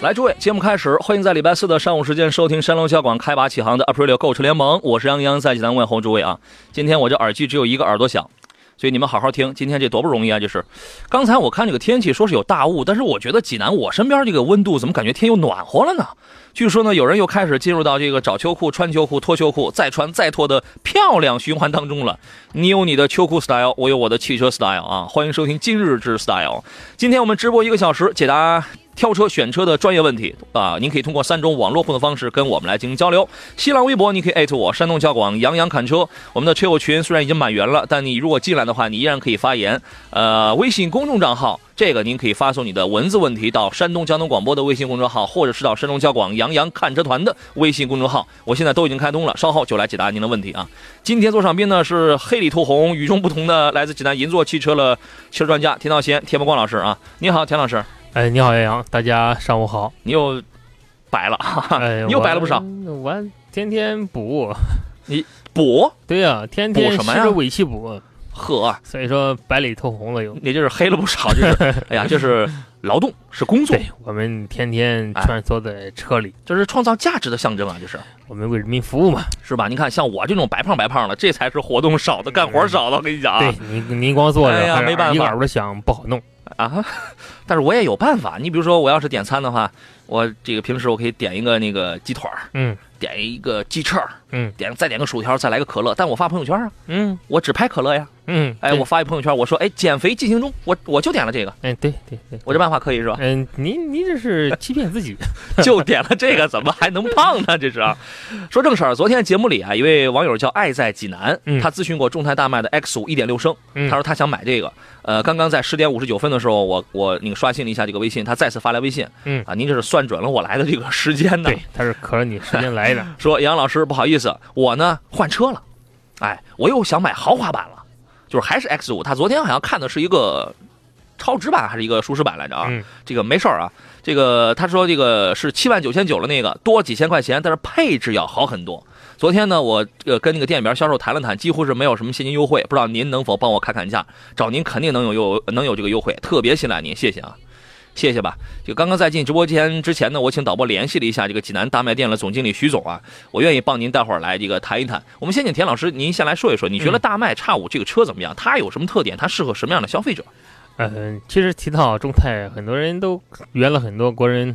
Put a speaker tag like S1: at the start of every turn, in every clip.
S1: 来，诸位，节目开始，欢迎在礼拜四的上午时间收听山龙交广开拔启航的 Aprilio 购车联盟，我是杨洋，在济南问候诸位啊。今天我这耳机只有一个耳朵响，所以你们好好听，今天这多不容易啊！这是，刚才我看这个天气说是有大雾，但是我觉得济南我身边这个温度怎么感觉天又暖和了呢？据说呢，有人又开始进入到这个找秋裤、穿秋裤、脱秋裤、再穿再脱的漂亮循环当中了。你有你的秋裤 style，我有我的汽车 style 啊！欢迎收听今日之 style，今天我们直播一个小时，解答。挑车选车的专业问题啊，您可以通过三种网络互动方式跟我们来进行交流。新浪微博，你可以艾特我山东交广杨洋侃车。我们的车友群虽然已经满员了，但你如果进来的话，你依然可以发言。呃，微信公众账号这个您可以发送你的文字问题到山东交通广播的微信公众号，或者是到山东交广杨洋看车团的微信公众号。我现在都已经开通了，稍后就来解答您的问题啊。今天坐上宾呢是黑里透红、与众不同的来自济南银座汽车的汽车专家田道贤、田伯光老师啊。你好，田老师。
S2: 哎，你好，杨洋，大家上午好。
S1: 你又白了，哈哈
S2: 哎，
S1: 你啊又白了不少。
S2: 我我天天补，
S1: 补，
S2: 对呀、天天
S1: 补什么呀
S2: 吃着尾气补，
S1: 呵，
S2: 所以说白里透红了又。
S1: 你就是黑了不少，就是 哎呀，这是劳动，是工作
S2: 对，我们天天穿梭在车里，
S1: 这是创造价值的象征啊，这是
S2: 我们为人民服务嘛。
S1: 是吧？你看，像我这种白胖白胖的，这才是活动少的，干活少的。我跟你讲啊
S2: 对，您您光坐着，
S1: 哎呀
S2: 还是
S1: 没办法
S2: 一个耳朵响不好弄。
S1: 啊，但是我也有办法。你比如说，我要是点餐的话，我这个平时我可以点一个那个鸡腿儿，
S2: 嗯
S1: 点一个鸡翅儿，
S2: 嗯
S1: 点再点个薯条，再来个可乐。但我发朋友圈啊，
S2: 嗯
S1: 我只拍可乐呀。
S2: 嗯，
S1: 哎，
S2: 对
S1: 我发一朋友圈，我说哎，减肥进行中，我我就点了这个，
S2: 哎对对对，
S1: 我这办法可以 是吧？
S2: 嗯，您您 这是欺骗自己。
S1: 就点了这个，怎么还能胖呢？这是 啊。说正事儿，昨天节目里啊，一位网友叫爱在济南，
S2: 嗯
S1: 他咨询过众泰大迈的 X 五一点六升，
S2: 嗯
S1: 他说他想买这个。呃，刚刚在十点五十九分的时候，我我那个刷新了一下这个微信，他再次发来微信，
S2: 嗯
S1: 啊，您这是算准了我来的这个时间呢
S2: 对。，他是可着你时间 来的。
S1: 说杨老师不好意思，我呢换车了，哎，我又想买豪华版了，就是还是 X 五。他昨天好像看的是一个超值版还是一个舒适版来着啊？
S2: 嗯
S1: 这个没事儿啊，这个他说这个是七万九千九的那个，多几千块钱，但是配置要好很多。昨天呢，我呃跟那个店里边销售谈了谈，几乎是没有什么现金优惠，不知道您能否帮我砍砍价？找您肯定能有优能有这个优惠，特别信赖您，谢谢啊。谢谢吧。就刚刚在进直播间之前呢，我请导播联系了一下这个济南大卖店的总经理徐总啊，我愿意帮您待会儿来这个谈一谈。我们先请田老师您先来说一说，你觉得大迈叉五这个车怎么样？它有什么特点？它适合什么样的消费者？
S2: 嗯，其实提到众泰，很多人都圆了很多国人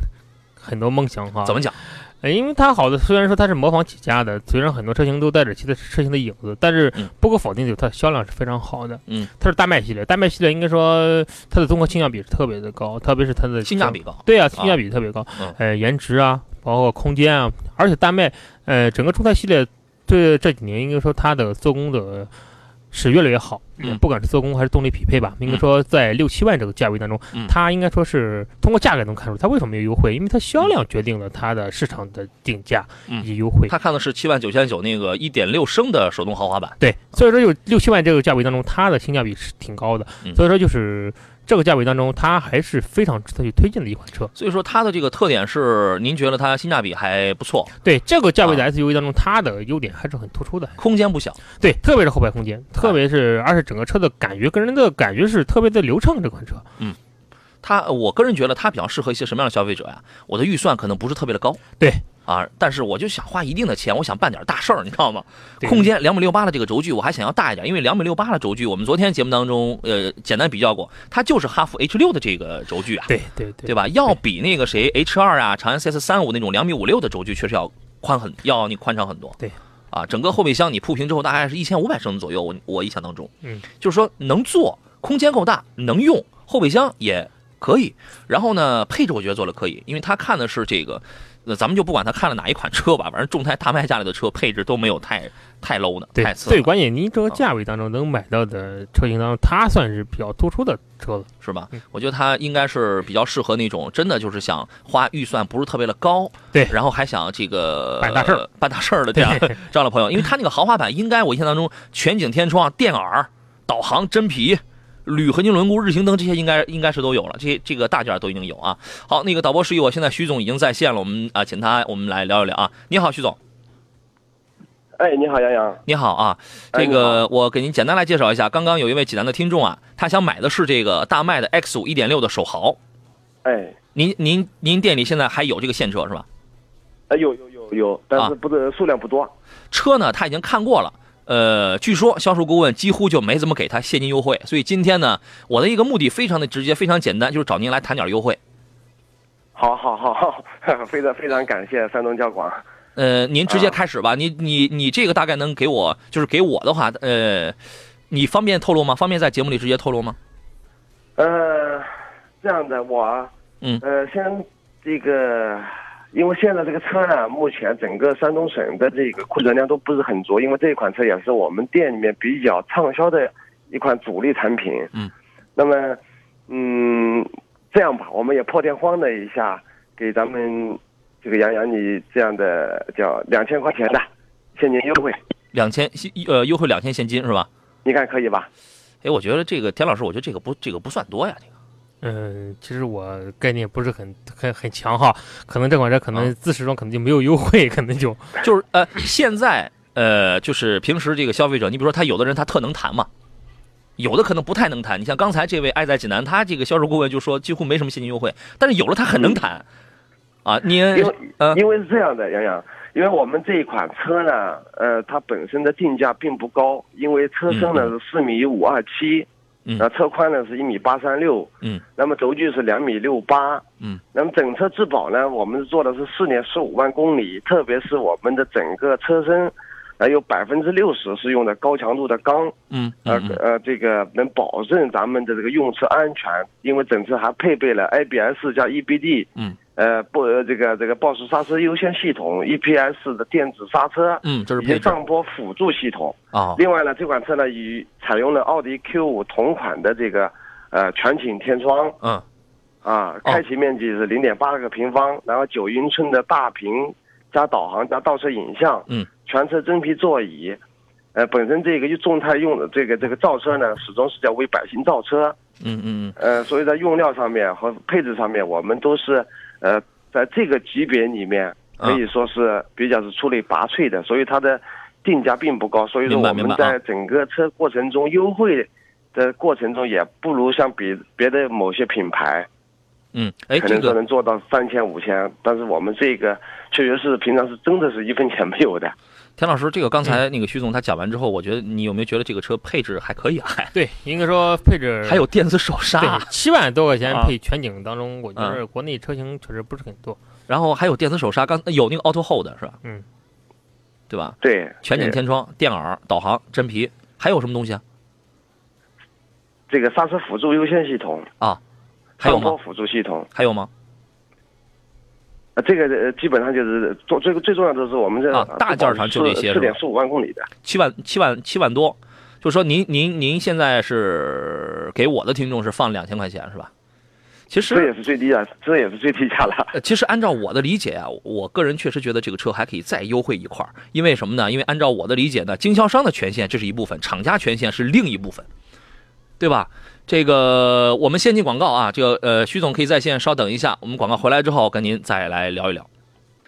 S2: 很多梦想哈。
S1: 怎么讲？
S2: 呃，因为它好的虽然说它是模仿起家的，虽然很多车型都带着其他车型的影子，但是
S1: 嗯
S2: 不可否定的，它的销量是非常好的。
S1: 嗯，
S2: 它是大麦系列，大麦系列应该说它的综合性价比是特别的高，特别是它的
S1: 性价比高。
S2: 对啊，性价比特别高，
S1: 嗯
S2: 呃，颜值啊，包括空间啊，而且大麦呃整个众泰系列这这几年应该说它的做工的是越来越好，呃
S1: 嗯
S2: 不管是做工还是动力匹配吧，应该说在六七万这个价位当中，
S1: 嗯
S2: 它应该说是通过价格能看出它为什么有优惠，因为它销量决定了它的市场的定价
S1: 嗯
S2: 以及优惠。
S1: 他看的是七万九千九那个一点六升的手动豪华版，
S2: 对，所以说有六七万这个价位当中，它的性价比是挺高的，
S1: 嗯
S2: 所以说就是这个价位当中，它还是非常值得去推荐的一款车。
S1: 所以说它的这个特点是，您觉得它性价比还不错，
S2: 对这个价位
S1: 啊
S2: 的 SUV 当中，它的优点还是很突出的。
S1: 空间不小，
S2: 对，特别是后排空间，
S1: 啊
S2: 特别是而且整个车的感觉，给人的感觉是特别的流畅。这款车，
S1: 它，呃我个人觉得它比较适合一些什么样的消费者呀？我的预算可能不是特别的高，
S2: 对
S1: 啊，但是我就想花一定的钱，我想办点大事儿，你知道吗？
S2: 对
S1: 空间两米六八的这个轴距，我还想要大一点，因为两米六八的轴距，我们昨天节目当中呃简单比较过，它就是哈弗 H 六的这个轴距啊，
S2: 对对对
S1: 对吧？要比那个谁 H 二啊、长安 CS 三五那种两米五六的轴距确实要宽很，要你宽敞很多。
S2: 对，
S1: 啊，整个后备箱你铺平之后大概是一千五百升左右，我我印象当中，
S2: 嗯，
S1: 就是说能坐，空间够大，能用，后备箱也可以。然后呢，配置我觉得做的可以，因为他看的是这个，那咱们就不管他看了哪一款车吧，反正众泰大卖家里的车配置都没有太太 low 的，
S2: 对
S1: 太，次啊
S2: 最
S1: 的，
S2: 关键您这个价位当中能买到的车型当中，它算是比较突出的车了。
S1: 是吧
S2: 嗯？
S1: 我觉得他应该是比较适合那种真的就是想花预算不是特别的高，
S2: 对
S1: 然后还想这个
S2: 办大事儿
S1: 办大事儿的这样 这样的朋友，因为他那个豪华版应该我印象当中全景天窗、电耳、导航、真皮。铝合金轮毂、日行灯这些应该应该是都有了，这些这个大件儿都已经有啊。好，那个导播示意我，现在徐总已经在线了，我们啊，请他我们来聊一聊啊。你好，徐总，
S3: 哎，你好，杨洋。
S1: 你好啊，
S3: 哎
S1: 这个我给您简单来介绍一下，刚刚有一位济南的听众啊，他想买的是这个大迈的 X 五一点六的首豪，
S3: 哎，
S1: 您您您店里现在还有这个现车是吧？
S3: 哎，有有有有，但是不是、数量不多。
S1: 车呢他已经看过了，呃，据说销售顾问几乎就没怎么给他现金优惠，所以今天呢，我的一个目的非常的直接，非常简单，就是找您来谈点优惠。
S3: 好好好好， 非常非常感谢山东交广。
S1: 呃，您直接
S3: 啊
S1: 开始吧，你你你这个大概能给我，就是给我的话，呃，你方便透露吗？方便在节目里直接透露吗？
S3: 呃，这样的我，
S1: 嗯
S3: 呃，先这个，因为现在这个车呢，目前整个山东省的这个库存量都不是很足，因为这款车也是我们店里面比较畅销的一款主力产品。
S1: 嗯，
S3: 那么，嗯，这样吧，我们也破天荒的一下，给咱们这个杨洋你这样的叫两千块钱的现金优惠，
S1: 两千呃优惠两千现金是吧？
S3: 你看可以吧？
S1: 哎，我觉得这个田老师，我觉得这个不这个不算多呀，这个
S2: 嗯，其实我概念不是很很很强哈，可能这款车可能
S1: 啊
S2: 自始至终可能就没有优惠，可能就
S1: 就是呃现在呃就是平时这个消费者，你比如说他有的人他特能谈嘛，有的可能不太能谈。你像刚才这位爱在济南，他这个销售顾问就说几乎没什么现金优惠，但是有了他
S3: 嗯
S1: 很能谈啊。你
S3: 因为
S1: 呃
S3: 因为是这样的，洋洋，因为我们这一款车呢，呃，它本身的定价并不高，因为车身呢
S1: 嗯
S3: 是四米五二七，
S1: 嗯
S3: 然后车宽呢是一米八三六，
S1: 嗯，
S3: 那么轴距是两米六八，
S1: 嗯，
S3: 那么整车质保呢，我们做的是四年十五万公里，特别是我们的整个车身，还有百分之六十是用的高强度的钢，
S1: 嗯
S3: 呃
S1: 嗯嗯
S3: 呃，这个能保证咱们的这个用车安全，因为整车还配备了 ABS 加 EBD，
S1: 嗯，
S3: 呃，不，呃这个这个抱石刹车优先系统、EPS 的电子刹车，
S1: 嗯，这是
S3: 以
S1: 配
S3: 及
S1: 置
S3: 上坡辅助系统。
S1: 啊
S3: 另外呢，这款车呢与采用了奥迪 Q 5同款的这个呃全景天窗
S1: 嗯
S3: 啊，开启面积是零点八个平方，然后九英寸的大屏加导航加倒车影像，
S1: 嗯，
S3: 全车真皮座椅。呃，本身这个众泰用的这个这个造车呢，始终是叫为百姓造车，
S1: 嗯嗯
S3: 呃，所以在用料上面和配置上面，我们都是呃在这个级别里面
S1: 啊
S3: 可以说是比较是出类拔萃的，所以它的定价并不高，所以说
S1: 明白
S3: 我们
S1: 明白啊
S3: 在整个车过程中优惠的过程中也不如像比别的某些品牌，
S1: 嗯，哎，
S3: 可
S1: 这
S3: 能说
S1: 个
S3: 能做到三千五千，但是我们这个确实是平常是真的是一分钱没有的。
S1: 田老师，这
S3: 嗯
S1: 个刚才那个徐总他讲完之后，我觉得你有没有觉得这个车配置还可以啊？ 还
S2: 对，应该说配置
S1: 还有电子手刹
S2: 对，七万多块钱
S1: 啊
S2: 配全景当中，我觉得国内车型确实不是很多。
S1: 然后还有电子手刹，刚有那个 Auto Hold 是吧？
S2: 嗯，
S1: 对吧？
S3: 对，
S1: 全景
S3: 对
S1: 天窗、电耳、导航、真皮，还有什么东西啊？
S3: 这个刹车辅助优先系统，
S1: 啊，还有
S3: 上
S1: 吗
S3: 坡？辅助系统。
S1: 还有吗？
S3: 呃，这个呃基本上就是最最最重要的是我们这
S1: 啊大件儿上就这些是
S3: 四
S1: 吧
S3: 点四五万公里的。
S1: 七万七万七万多，就说您您您现在是给我的听众是放两千块钱是吧？其
S3: 这
S1: 实
S3: 也是最低啊，这也是最低价了。
S1: 呃其实按照我的理解啊，我个人确实觉得这个车还可以再优惠一块儿，因为什么呢？因为按照我的理解呢，经销商的权限这是一部分，厂家权限是另一部分，对吧？这个我们先进广告啊，这个呃，徐总可以在线稍等一下，我们广告回来之后跟您再来聊一聊。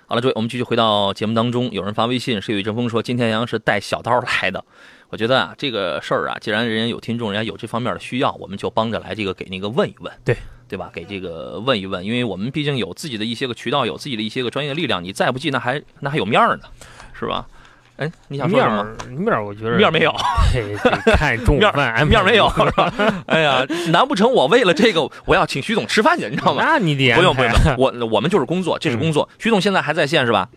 S1: 好了，诸位，我们继续回到节目当中。有人发微信，是有一阵风说今天杨洋是带小刀来的。我觉得啊，这个事儿啊，既然人家有听众，人家有这方面的需要，我们就帮着来这个给那个问一问，
S2: 对
S1: 对吧？给这个问一问，因为我们毕竟有自己的一些个渠道，有自己的一些个专业力量，你再不济那还那还有面儿呢，是吧？哎，你想说
S2: 面
S1: 什么？
S2: 儿面儿，我觉得
S1: 面儿没有，
S2: 嘿得看中午
S1: 面儿
S2: 饭安排
S1: 面儿没有，是吧？哎呀，难不成我为了这个我要请徐总吃饭去，你知道吗？
S2: 那你得嗯
S1: 不用
S2: 安
S1: 不
S2: 排啊
S1: 用，不用我我们就是工作，这是工作。徐总现在还在线是吧？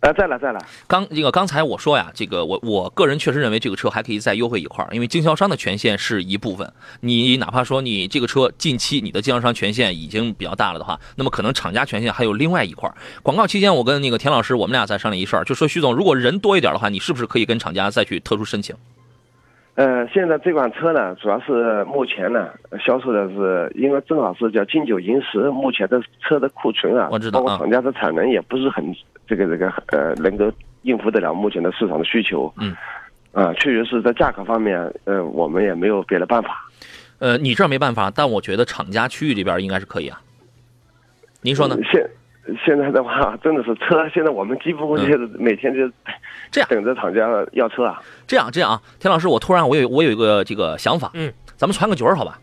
S3: 啊，在了在了，
S1: 刚这个刚才我说呀，这个我我个人确实认为这个车还可以再优惠一块儿，因为经销商的权限是一部分。你哪怕说你这个车近期你的经销商权限已经比较大了的话，那么可能厂家权限还有另外一块儿。广告期间，我跟那个田老师我们俩在商量一事儿，就说徐总，如果人多一点的话，你是不是可以跟厂家再去特殊申请？
S3: 呃，现在这款车呢，主要是目前呢销售的是，因为正好是叫金九银十，目前的车的库存啊，
S1: 我知道
S3: 包括
S1: 啊
S3: 厂家的产能也不是很这个这个呃能够应付得了目前的市场的需求。
S1: 嗯，
S3: 啊、确实是在价格方面，呃，我们也没有别的办法。
S1: 呃，你这儿没办法，但我觉得厂家区域这边应该是可以啊。您说呢？
S3: 现嗯现在的话，真的是车，现在我们几乎就是每天就
S1: 嗯这样
S3: 等着厂家要车啊。
S1: 这样这样啊，田老师，我突然我有我有一个这个想法，
S2: 嗯，
S1: 咱们传个局儿好吧？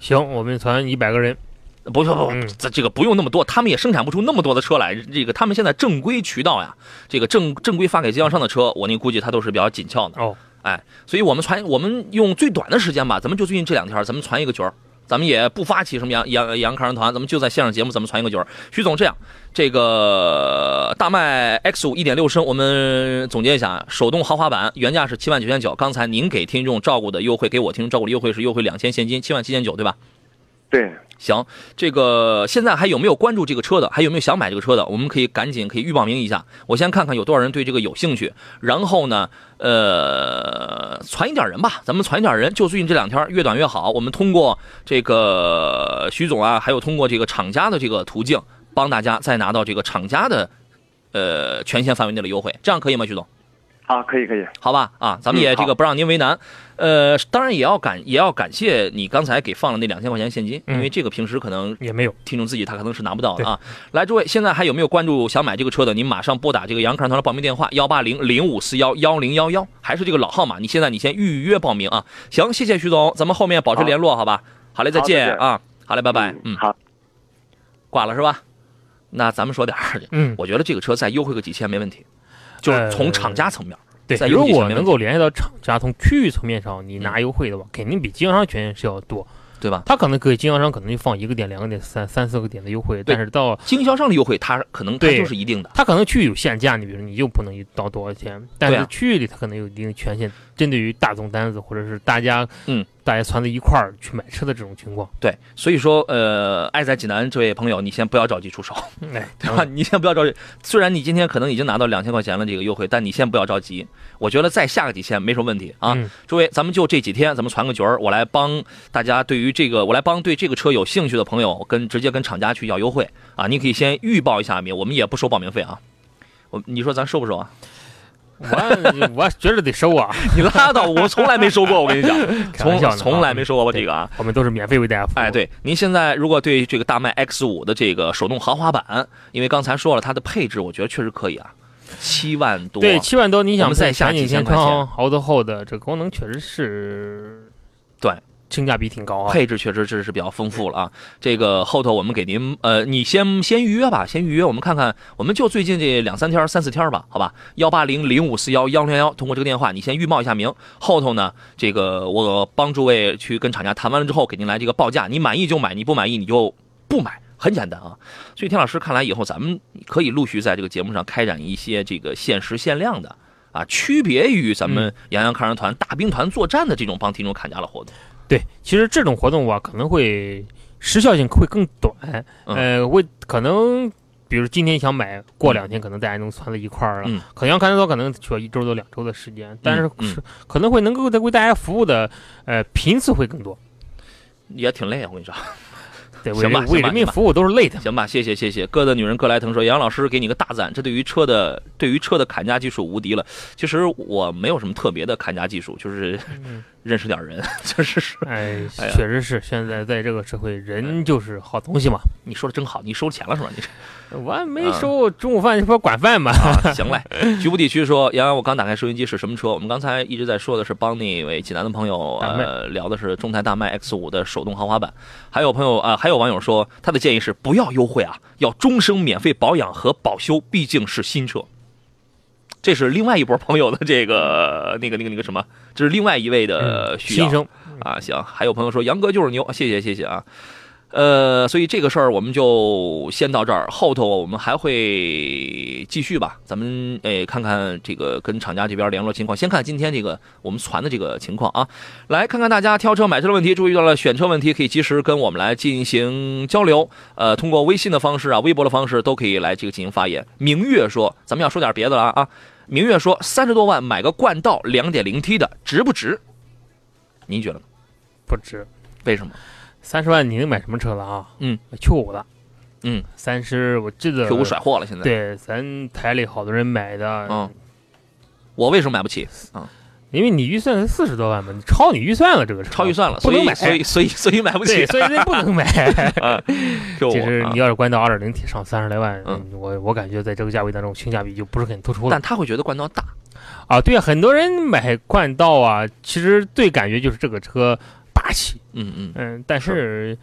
S2: 行，我们团一百个人，
S1: 不不不
S2: 嗯，
S1: 这这个不用那么多，他们也生产不出那么多的车来。这个他们现在正规渠道呀，这个正正规发给经销商的车，我那估计它都是比较紧俏的。
S2: 哦，
S1: 哎，所以我们传，我们用最短的时间吧，咱们就最近这两天，咱们传一个局儿，咱们也不发起什么杨杨杨康人团，咱们就在线上节目，咱们传一个局儿。徐总，这样，这个大迈 X 五一点六升，我们总结一下，啊手动豪华版原价是七万九千九，刚才您给听众照顾的优惠，给我听众照顾的优惠是优惠两千现金，七万七千九，对吧？
S3: 对，
S1: 行，这个现在还有没有关注这个车的？还有没有想买这个车的？我们可以赶紧可以预报名一下，我先看看有多少人对这个有兴趣。然后呢，呃，传一点人吧，咱们传一点人，就最近这两天越短越好。我们通过这个徐总啊，还有通过这个厂家的这个途径，帮大家再拿到这个厂家的呃权限范围内的优惠，这样可以吗，徐总？
S3: 啊，可以可以，
S1: 好吧，啊，咱们也
S3: 嗯好
S1: 这个不让您为难，呃，当然也要感也要感谢你刚才给放了那两千块钱现金，因为
S2: 嗯
S1: 这个平时可能
S2: 也没有。
S1: 听众自己他可能是拿不到的啊。来，诸位，现在还有没有关注想买这个车的？您马上拨打这个杨康团的报名电话幺八零零五四幺幺零幺幺，还是这个老号码。你现在你先预约报名啊。行，谢谢徐总，咱们后面保持
S3: 好
S1: 联络，好吧？好嘞，再
S3: 好再
S1: 见
S3: 见
S1: 啊！好嘞，拜拜。
S3: 嗯，
S1: 嗯，
S3: 好，
S1: 挂了是吧？那咱们说点儿，
S2: 嗯，
S1: 我觉得这个车再优惠个几千没问题，就是
S2: 呃
S1: 从厂家层面。
S2: 对，
S1: 在
S2: 如
S1: 优惠
S2: 果
S1: 上面嗯
S2: 能够联系到厂家，从区域层面上你拿优惠的话，肯定比经销商权限是要多。
S1: 对吧？
S2: 他可能给经销商可能就放一个点、两个点、三三四个点的优惠，
S1: 对
S2: 但是到
S1: 经销商的优惠，它可能它
S2: 对
S1: 就是一定的。
S2: 他可能区域有限价，你比如说你就不能到多少钱，但
S1: 对
S2: 是
S1: 啊
S2: 区域里他可能有一定权限，针对于大宗单子或者是大家
S1: 嗯
S2: 大家攒在一块儿去买车的这种情况，
S1: 对，所以说，呃，爱在济南这位朋友，你先不要着急出手。
S2: 哎，
S1: 对吧？你先不要着急，虽然你今天可能已经拿到两千块钱了这个优惠，但你先不要着急，我觉得再下个几千没什么问题啊。
S2: 嗯
S1: 诸位，咱们就这几天，咱们传个局儿，我来帮大家对于这个，我来帮对这个车有兴趣的朋友跟直接跟厂家去要优惠啊。你可以先预报一下名，我们也不收报名费啊。我你说咱收不收啊？
S2: 我我觉着得收啊，
S1: 你拉倒，我从来没收过，我跟你讲，
S2: 开玩
S1: 从
S2: 笑呢
S1: 从来没收过
S2: 对
S1: 这个啊。
S2: 我们都是免费为大家服务。
S1: 哎，，对，您现在如果对这个大迈 X 五的这个手动豪华版，因为刚才说了它的配置，我觉得确实可以啊，七万多，
S2: 对，七万多，你
S1: 我
S2: 想
S1: 们再下
S2: 前
S1: 几
S2: 几
S1: 千
S2: 天
S1: 块
S2: 穿
S1: 钱
S2: 豪德后的这个功能确实是，
S1: 对，
S2: 性价比挺高啊。
S1: 配置确实是是比较丰富了啊。这个后头我们给您，呃，你先先预约吧，先预约，我们看看，我们就最近这两三天、三四天吧，好吧？幺八零零五四幺幺零幺，通过这个电话，你先预报一下名，后头呢，这个我帮诸位去跟厂家谈完了之后，给您来这个报价，你满意就买，你不满意你就不买。很简单啊，所以田老师看来以后咱们可以陆续在这个节目上开展一些这个限时限量的啊，区别于咱们洋洋抗人团大兵团作战的这种帮听众砍价的活动。
S2: 对，其实这种活动吧，可能会时效性会更短，
S1: 嗯
S2: 呃，会可能。比如今天想买，过两天可能大家能攒在一块儿了。
S1: 嗯
S2: 可能要看得到，可能需要一周到两周的时间，但是
S1: 嗯
S2: 是可能会能够为大家服务的，呃，频次会更多。
S1: 也挺累啊，我跟你说。
S2: 对，为
S1: 行吧
S2: 人为
S1: 行吧
S2: 人民
S1: 行吧
S2: 服务都是累的。
S1: 行吧，谢谢谢谢，哥的女人各来疼说，杨老师给你个大赞，这对于车的对于车的砍价技术无敌了。其实我没有什么特别的砍价技术，就是
S2: 嗯
S1: 认识点人， 就是是
S2: 哎，
S1: 哎呀哎
S2: 确实是，现在在这个社会，人就是好东西嘛。
S1: 你说的真好，你收钱了是吧？你 是
S2: 我没收中午饭，这不是管饭吗？
S1: 啊，行嘞。局部地区说，杨洋，我刚打开收音机是什么车？我们刚才一直在说的是帮那位济南的朋友
S2: 大迈
S1: 呃聊的是众泰大迈 X 五的手动豪华版，还有朋友啊、还有网友说他的建议是不要优惠啊，要终生免费保养和保修，毕竟是新车。这是另外一波朋友的这个 那个那个那个什么，这是另外一位的需要
S2: 嗯新生，
S1: 啊。行，还有朋友说杨哥就是牛，谢谢谢谢啊。呃，所以这个事儿我们就先到这儿，后头我们还会继续吧。咱们诶看看这个跟厂家这边联络情况，先看今天这个我们传的这个情况啊。来看看大家挑车买车的问题，注意到了选车问题，可以及时跟我们来进行交流。呃，通过微信的方式啊，微博的方式都可以来这个进行发言。明月说，咱们要说点别的了啊啊。明月说，三十多万买个冠道两点零 T 的值不值？您觉得呢？
S2: 不值。
S1: 为什么？
S2: 三十万你能买什么车了啊？
S1: 嗯
S2: ，Q 五的，
S1: 嗯，
S2: 三十我记得
S1: 这我甩货了，现在。
S2: 呃对，咱台里好多人买的，
S1: 嗯，我为什么买不起？
S2: 因为你预算是四十多万嘛，你超你预算了这个车，
S1: 超预算了，
S2: 不
S1: 所以
S2: 能买，
S1: 所以所以 所以买不起。
S2: 对，所以这不 能买。
S1: 啊，就
S2: 其实
S1: 我
S2: 你
S1: 啊
S2: 要是关到二点零 T 上三十来万，
S1: 嗯
S2: 我我感觉在这个价位当中，性价比就不是很突出了
S1: 但他会觉得冠道大，
S2: 啊。对啊，很多人买冠道啊，其实最感觉就是这个车霸气，
S1: 嗯嗯，
S2: 嗯，但是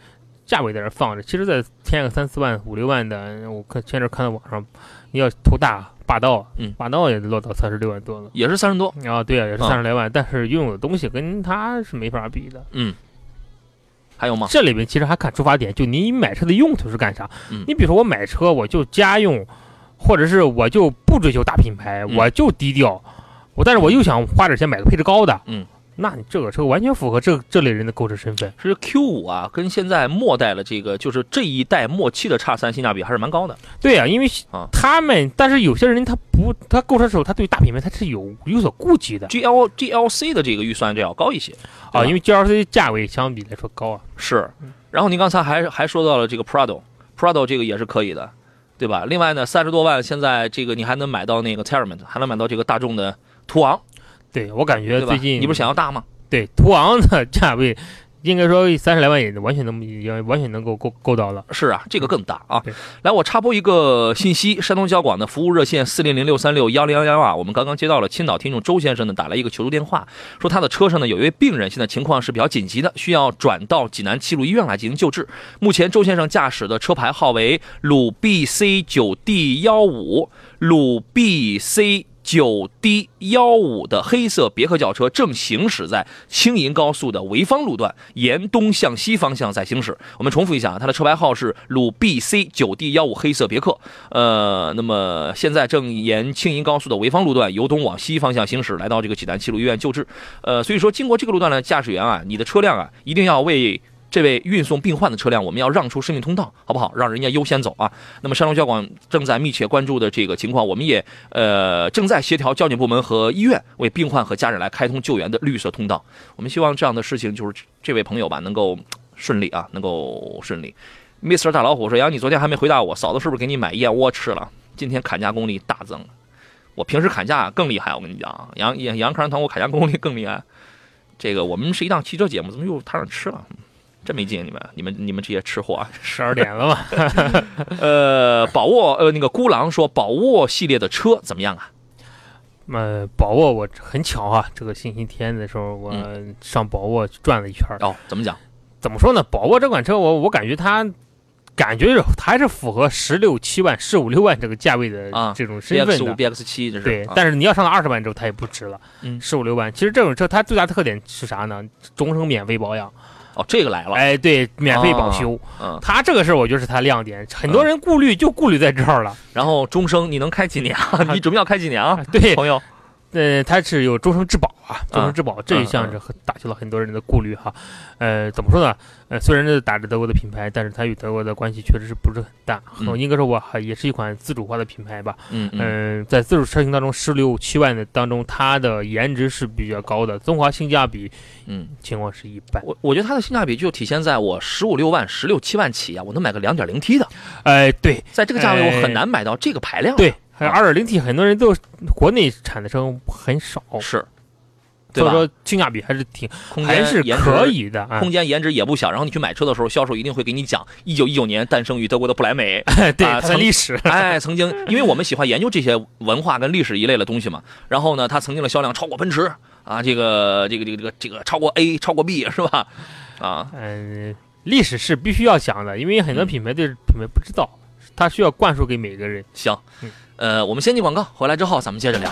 S2: 价位在这放着，其实再添个三四万、五六万的，我看前阵看到网上，你要图大霸道，啊
S1: 嗯
S2: 霸道也落到三十六万多了。
S1: 也是三十多，
S2: 啊，对啊，也是
S1: 啊
S2: 三十来万，但是拥有的东西跟它是没法比的。
S1: 还有吗？
S2: 这里面其实还看出发点，就你买车的用途是干啥？
S1: 嗯
S2: 你比如说我买车，我就家用，或者是我就不追求大品牌，
S1: 嗯
S2: 我就低调，我但是我又想花点钱买个配置高的，
S1: 嗯，
S2: 那你这个车完全符合这这类人的购置身份。
S1: 是 Q 五啊，跟现在末代的这个，就是这一代末期的叉三性价比还是蛮高的。
S2: 对啊，因为
S1: 啊
S2: 他们，但是有些人他不，他购车的时候他对大品牌他是有有所顾忌的
S1: G L G L C 的这个预算就要高一些
S2: 啊，
S1: 对
S2: 因为 GLC 价位相比来说高啊。
S1: 是。然后您刚才还还说到了这个 Prado，Prado 这个也是可以的，对吧？另外呢，三十多万现在这个你还能买到那个 Terment，还能买到这个大众的途昂，
S2: 对我感觉
S1: 对吧？
S2: 最近
S1: 你不是想要大吗？
S2: 对 途昂的价位，应该说三十来万也完全能也完全能够够够到了。
S1: 是啊，这个更大啊
S2: 对！
S1: 来，我插播一个信息：山东交广的服务热线四零零六三六幺零幺幺啊，我们刚刚接到了青岛听众周先生呢打来一个求助电话，说他的车上呢有一位病人，现在情况是比较紧急的，需要转到济南七路医院来进行救治。目前周先生驾驶的车牌号为鲁 BC 九 D 幺五，鲁 BC。九 D 幺五的黑色别克轿车正行驶在青银高速的潍坊路段，沿东向西方向在行驶。我们重复一下啊，它的车牌号是鲁 BC 九 D 幺五黑色别克。呃，那么现在正沿青银高速的潍坊路段由东往西方向行驶，来到这个济南七路医院救治。呃，所以说经过这个路段的驾驶员啊，你的车辆啊，一定要为。这位运送病患的车辆，我们要让出生命通道，好不好？让人家优先走啊。那么山东交广正在密切关注的这个情况，我们也呃正在协调交警部门和医院，为病患和家人来开通救援的绿色通道。我们希望这样的事情就是这这位朋友吧，能够顺利啊，能够顺利。Mr 大老虎说：“杨，你昨天还没回答我，嫂子是不是给你买燕窝吃了？今天砍价功力大增了。我平时砍价更厉害，我跟你讲啊，杨杨杨康堂我砍价功力更厉害。这个我们是一档汽车节目，怎么又摊上吃了？嗯真没劲，你们你们你们这些吃货啊！
S2: 十二点了嘛，
S1: 呃，宝沃呃那个孤狼说宝沃系列的车怎么样啊？
S2: 呃，宝沃我很巧啊，这个星期天的时候我
S1: 嗯
S2: 上宝沃去转了一圈儿。
S1: 哦，怎么讲？
S2: 怎么说呢？宝沃这款车我我感觉它。感觉是它还是符合十六七万、十五六万这个价位的
S1: 啊
S2: 这种身
S1: BX
S2: 份
S1: 五
S2: 的，
S1: BX 七这是
S2: 对
S1: 啊。
S2: 但是你要上到二十万之后，它也不值了，
S1: 嗯
S2: 十五六万。其实这种车它最大特点是啥呢？终生免费保养，
S1: 哦这个来了，
S2: 哎，对，免费保修。
S1: 嗯，
S2: 它这个事儿，我觉得是它亮点，很多人顾虑就顾虑在这儿了。
S1: 然后终生你能开几年 啊？你准备要开几年啊，
S2: 对，
S1: 朋友？
S2: 呃，它是有终生质保啊，终
S1: 啊
S2: 生质保这一项是很打消了很多人的顾虑哈。呃，怎么说呢？呃，虽然是打着德国的品牌，但是它与德国的关系确实是不是很大。
S1: 嗯
S2: 我应该说，我还也是一款自主化的品牌吧。
S1: 嗯嗯
S2: 嗯、在自主车型当中，十六七万的当中，它的颜值是比较高的，综合性价比
S1: 嗯，
S2: 情况是一般。
S1: 我我觉得它的性价比就体现在我十五六万、十六七万起啊，我能买个两点零 T 的，
S2: 哎、对
S1: 在这个价位
S2: 哎
S1: 我很难买到这个排量。，
S2: 对，二点零 T 很多人都国内产的车很少，
S1: 是，对
S2: 所以
S1: 吧？
S2: 说性价比还是挺
S1: 空间
S2: 还是
S1: 颜值
S2: 可，以的啊。
S1: 空间颜值也不小。然后你去买车的时候，销售一定会给你讲，一九一九年诞生于德国的不莱 梅，
S2: 对，
S1: 啊
S2: 它的
S1: 曾
S2: 历史。
S1: 哎，曾经因为我们喜欢研究这些文化跟历史一类的东西嘛，然后呢，它曾经的销量超过奔驰啊，这个这个这个这个这个超过 A，超过 B 是吧？啊，
S2: 嗯，历史是必须要想的，因为很多
S1: 嗯
S2: 品牌对品牌不知道，它需要灌输给每个人。
S1: 行
S2: 嗯，
S1: 呃，我们先进广告，回来之后咱们接着聊。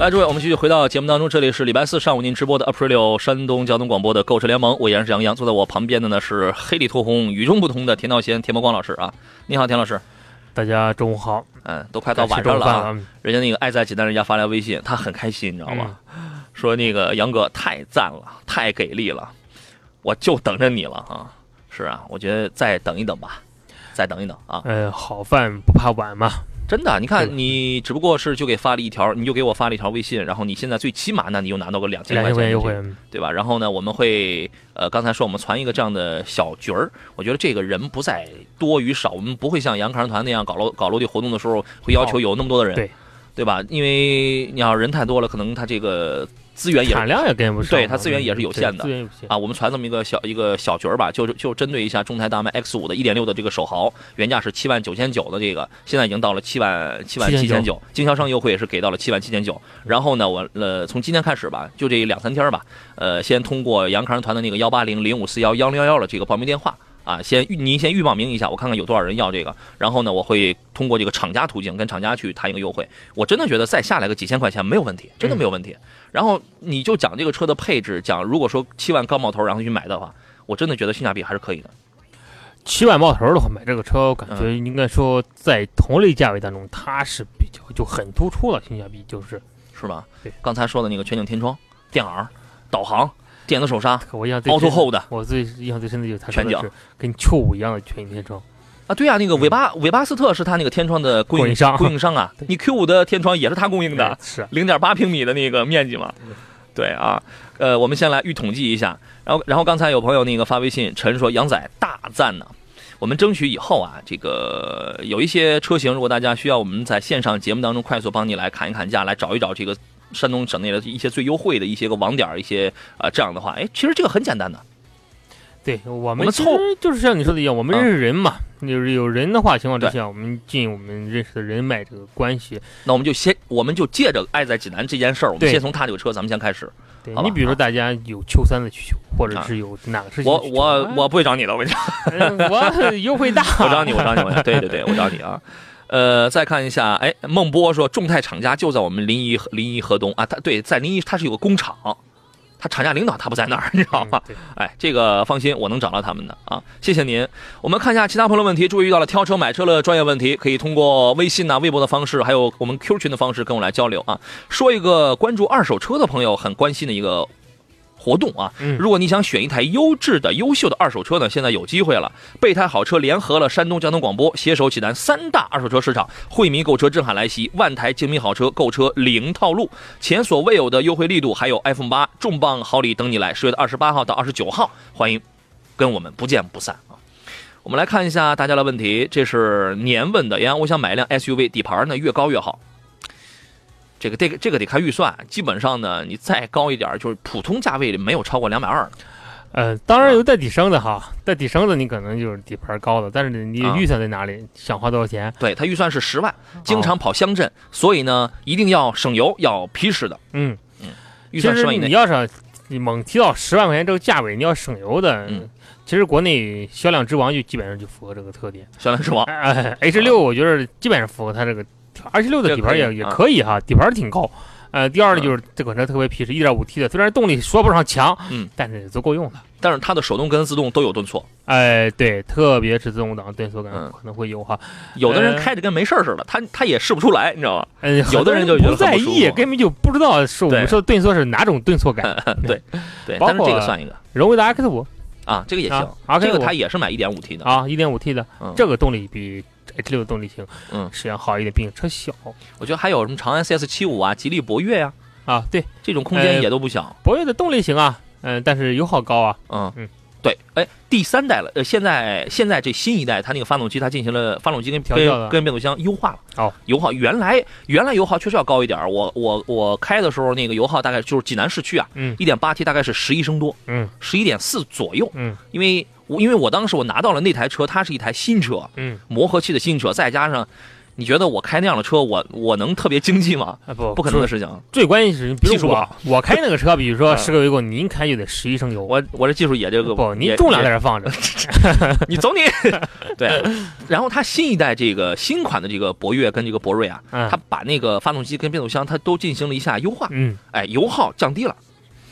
S1: 来，诸位，我们继续回到节目当中，这里是礼拜四上午您直播的 Aprilio 山东交通广播的购车联盟，我依然是杨洋，坐在我旁边的呢是黑里透红、与众不同的田道贤、田伯光老师啊，你好，田老师，
S2: 大家中午好，
S1: 嗯，都快到
S2: 该
S1: 晚
S2: 吃中
S1: 上
S2: 午
S1: 了
S2: 饭
S1: 啊，
S2: 嗯
S1: 人家那个爱在济南人家发来微信，他很开心，你知道吗？说那个杨哥太赞了，太给力了，我就等着你了啊！是啊，我觉得再等一等吧，再等一等啊！
S2: 呃，好饭不怕晚嘛，
S1: 真的，你看
S2: 对
S1: 你只不过是就给发了一条，你就给我发了一条微信，然后你现在最起码呢，你又拿到个两千
S2: 两
S1: 块
S2: 千
S1: 钱
S2: 块钱
S1: 的
S2: 优
S1: 这
S2: 惠
S1: 个，，对吧？然后呢，我们会呃，刚才说我们传一个这样的小局儿，我觉得这个人不在多与少，我们不会像杨康团那样搞落搞落地活动的时候会要求有那么多的人，
S2: 对
S1: 对吧？因为你要人太多了，可能他这个资源也
S2: 产量也跟不上嘛，
S1: 对它资源也是有
S2: 嗯对
S1: 限的
S2: 资源有限。
S1: 啊，我们传这么一个小一个小局儿吧，就是就针对一下中台大迈 X 五的1.6的这个首豪，原价是七万九千九的这个，现在已经到了七万七万七千九，经销商优惠也是给到了七万七千九。然后呢，我呃从今天开始吧，就这两三天吧，呃，先通过杨康人团的那个幺八零零五四幺幺零幺幺的这个报名电话。啊，先预您先预报名一下，我看看有多少人要这个，然后呢，我会通过这个厂家途径跟厂家去谈一个优惠。我真的觉得再下来个几千块钱没有问题，真的没有问题。然后你就讲这个车的配置，讲如果说七万刚冒头然后去买的话，我真的觉得性价比还是可以的。
S2: 七万冒头的话，买这个车，我感
S1: 嗯
S2: 觉应该说在同类价位当中，它是比较就很突出了，性价比就是。
S1: 是吧？
S2: 对
S1: 刚才说的那个全景天窗、电耳、导航、电子手刹
S2: 我印象最
S1: Auto
S2: 深
S1: Hold
S2: 我最印象最深的就是它说
S1: 全
S2: 的
S1: 景
S2: 是跟秋五一样的全景天窗，
S1: 啊，对啊，那个尾巴尾巴斯特是他那个天窗的供
S2: 嗯供
S1: 应
S2: 应商
S1: 供应商啊
S2: 对，
S1: 你 Q 五的天窗也是他供应的，
S2: 哎是
S1: 零点八平米的那个面积嘛。
S2: 嗯
S1: 对啊，呃，我们先来预统计一下，然后然后刚才有朋友那个发微信，陈说杨仔大赞呢、我们争取以后啊，这个有一些车型，如果大家需要，我们在线上节目当中快速帮你来砍一砍价，来找一找这个山东省内的一些最优惠的一些个网点儿，一些啊、呃这样的话，哎，其实这个很简单的，
S2: 对我
S1: 我们
S2: 们其
S1: 凑
S2: 实就是像你说的一样，我们
S1: 啊
S2: 认识人嘛，就是有人的话情况之
S1: 对
S2: 下，我们尽我们认识的人脉这个关系。
S1: 那我们就先我们就借着爱在济南这件事儿，我们
S2: 对
S1: 先从他这个车咱们先开始。
S2: 对
S1: 好吧
S2: 你比如说大家有秋三的需求，或者
S1: 啊
S2: 是有哪个事情
S1: 我
S2: 的需求啊
S1: 我我不会找你的，我跟你讲。
S2: 嗯 我优惠大，
S1: 我找你，我找你，我找你，对对对，我找你啊。呃，再看一下，哎，孟波说众泰厂家就在我们临沂临沂河东啊，他对，在临沂他是有个工厂，他厂家领导他不在那儿，你知道吗
S2: 嗯？对
S1: 哎，这个放心，我能找到他们的啊，谢谢您。我们看一下其他朋友问题，注意遇到了挑车、买车的专业问题，可以通过微信呐、微博的方式，还有我们 Q 群的方式跟我来交流啊。说一个关注二手车的朋友很关心的一个活动啊，
S2: 嗯
S1: 如果你想选一台优质的、优秀的二手车呢，现在有机会了。备胎好车联合了山东交通广播，携手济南三大二手车市场，惠民购车震撼来袭，万台精品好车购车零套路，前所未有的优惠力度，还有 iPhone 八重磅好礼等你来。十月的二十八号到二十九号，欢迎跟我们不见不散啊！我们来看一下大家的问题，这是年问的，哎杨洋，我想买一辆 SUV，底盘呢越高越好。这个这个这个得看预算，基本上呢，你再高一点儿就是普通价位里没有超过两百二
S2: 呃，当然有带底升的哈，带底升的你可能就是底盘高的，但是你
S1: 啊
S2: 预算在哪里，想花多少钱？
S1: 对他预算是十万，
S2: 哦
S1: 经常跑乡镇，所以呢一定要省油，要皮实的，
S2: 嗯，
S1: 预
S2: 其
S1: 算十
S2: 实
S1: 万以
S2: 你
S1: 内。
S2: 要是你猛提到十万块钱这个价位，你要省油的，
S1: 嗯
S2: 其实国内销量之王就基本上就符合这个特点。
S1: 小蓝之王，
S2: 哎 H 六我觉得基本上符合它这个，H 六的底盘
S1: 这可
S2: 也
S1: 以
S2: 也
S1: 啊
S2: 可以哈，底盘挺高。呃，第二呢
S1: 嗯
S2: 就是这款车特别皮实，一点五 T 的，虽然动力说不上强，
S1: 嗯，
S2: 但是也足够用了。
S1: 但是它的手动跟自动都有顿挫，
S2: 哎，对，特别是自动挡顿挫感
S1: 嗯
S2: 可能会有哈。
S1: 有的人
S2: 呃
S1: 开着跟没事儿似的，他他也试不出来，你知道吗？
S2: 嗯，
S1: 有的人就觉得
S2: 不
S1: 很
S2: 在
S1: 不舒
S2: 意，
S1: 服
S2: 根本就不知道是我
S1: 对嗯
S2: 们说的顿挫是哪种顿挫感。
S1: 对，
S2: 包
S1: 但是
S2: 括
S1: 这个算一个
S2: 荣威的 X 五
S1: 啊，这个也行
S2: 啊，，RK
S1: 这个
S2: 5
S1: 它也是买一点五 T 的，
S2: 啊，一点五 T 的
S1: 嗯，
S2: 这个动力比 H 六动力型，
S1: 嗯
S2: 实际上好一点，毕竟车小
S1: 我觉得还有什么长安 CS 七五啊、吉利博越呀、
S2: 啊。对，
S1: 这种空
S2: 呃
S1: 间也都不小，
S2: 博越的动力型啊，嗯，但是油耗高啊，
S1: 嗯
S2: 嗯，
S1: 对，哎，第三代了，呃，现在现在这新一代，它那个发动机它进行了发动机跟
S2: 调
S1: 跟
S2: 教了
S1: 跟变速箱优化了。
S2: 哦，
S1: 油耗原来原来油耗确实要高一点儿，我我我开的时候那个油耗大概就是济南市区啊，
S2: 嗯
S1: 一点八 T 大概是十一升多，
S2: 嗯
S1: 十一点四左右。
S2: 嗯
S1: 因为我因为我当时我拿到了那台车，它是一台新车，
S2: 嗯，
S1: 磨合期的新车，再加上你觉得我开那样的车，我我能特别经济吗？
S2: 啊不
S1: 不可能的。事情。
S2: 最关键是，比
S1: 技术不
S2: 如我
S1: 好
S2: 我开那 个车，比如
S1: 啊
S2: 说十个油锅，您开就得十一升油。
S1: 我我这技术也这个
S2: 不，您
S1: 也
S2: 重量
S1: 也
S2: 在这放着。
S1: 你走你。 对，啊然后它新一代这个新款的这个博越跟这个博瑞啊，
S2: 嗯
S1: 它把那个发动机跟变速箱它都进行了一下优化，
S2: 嗯，
S1: 哎，油耗降低了，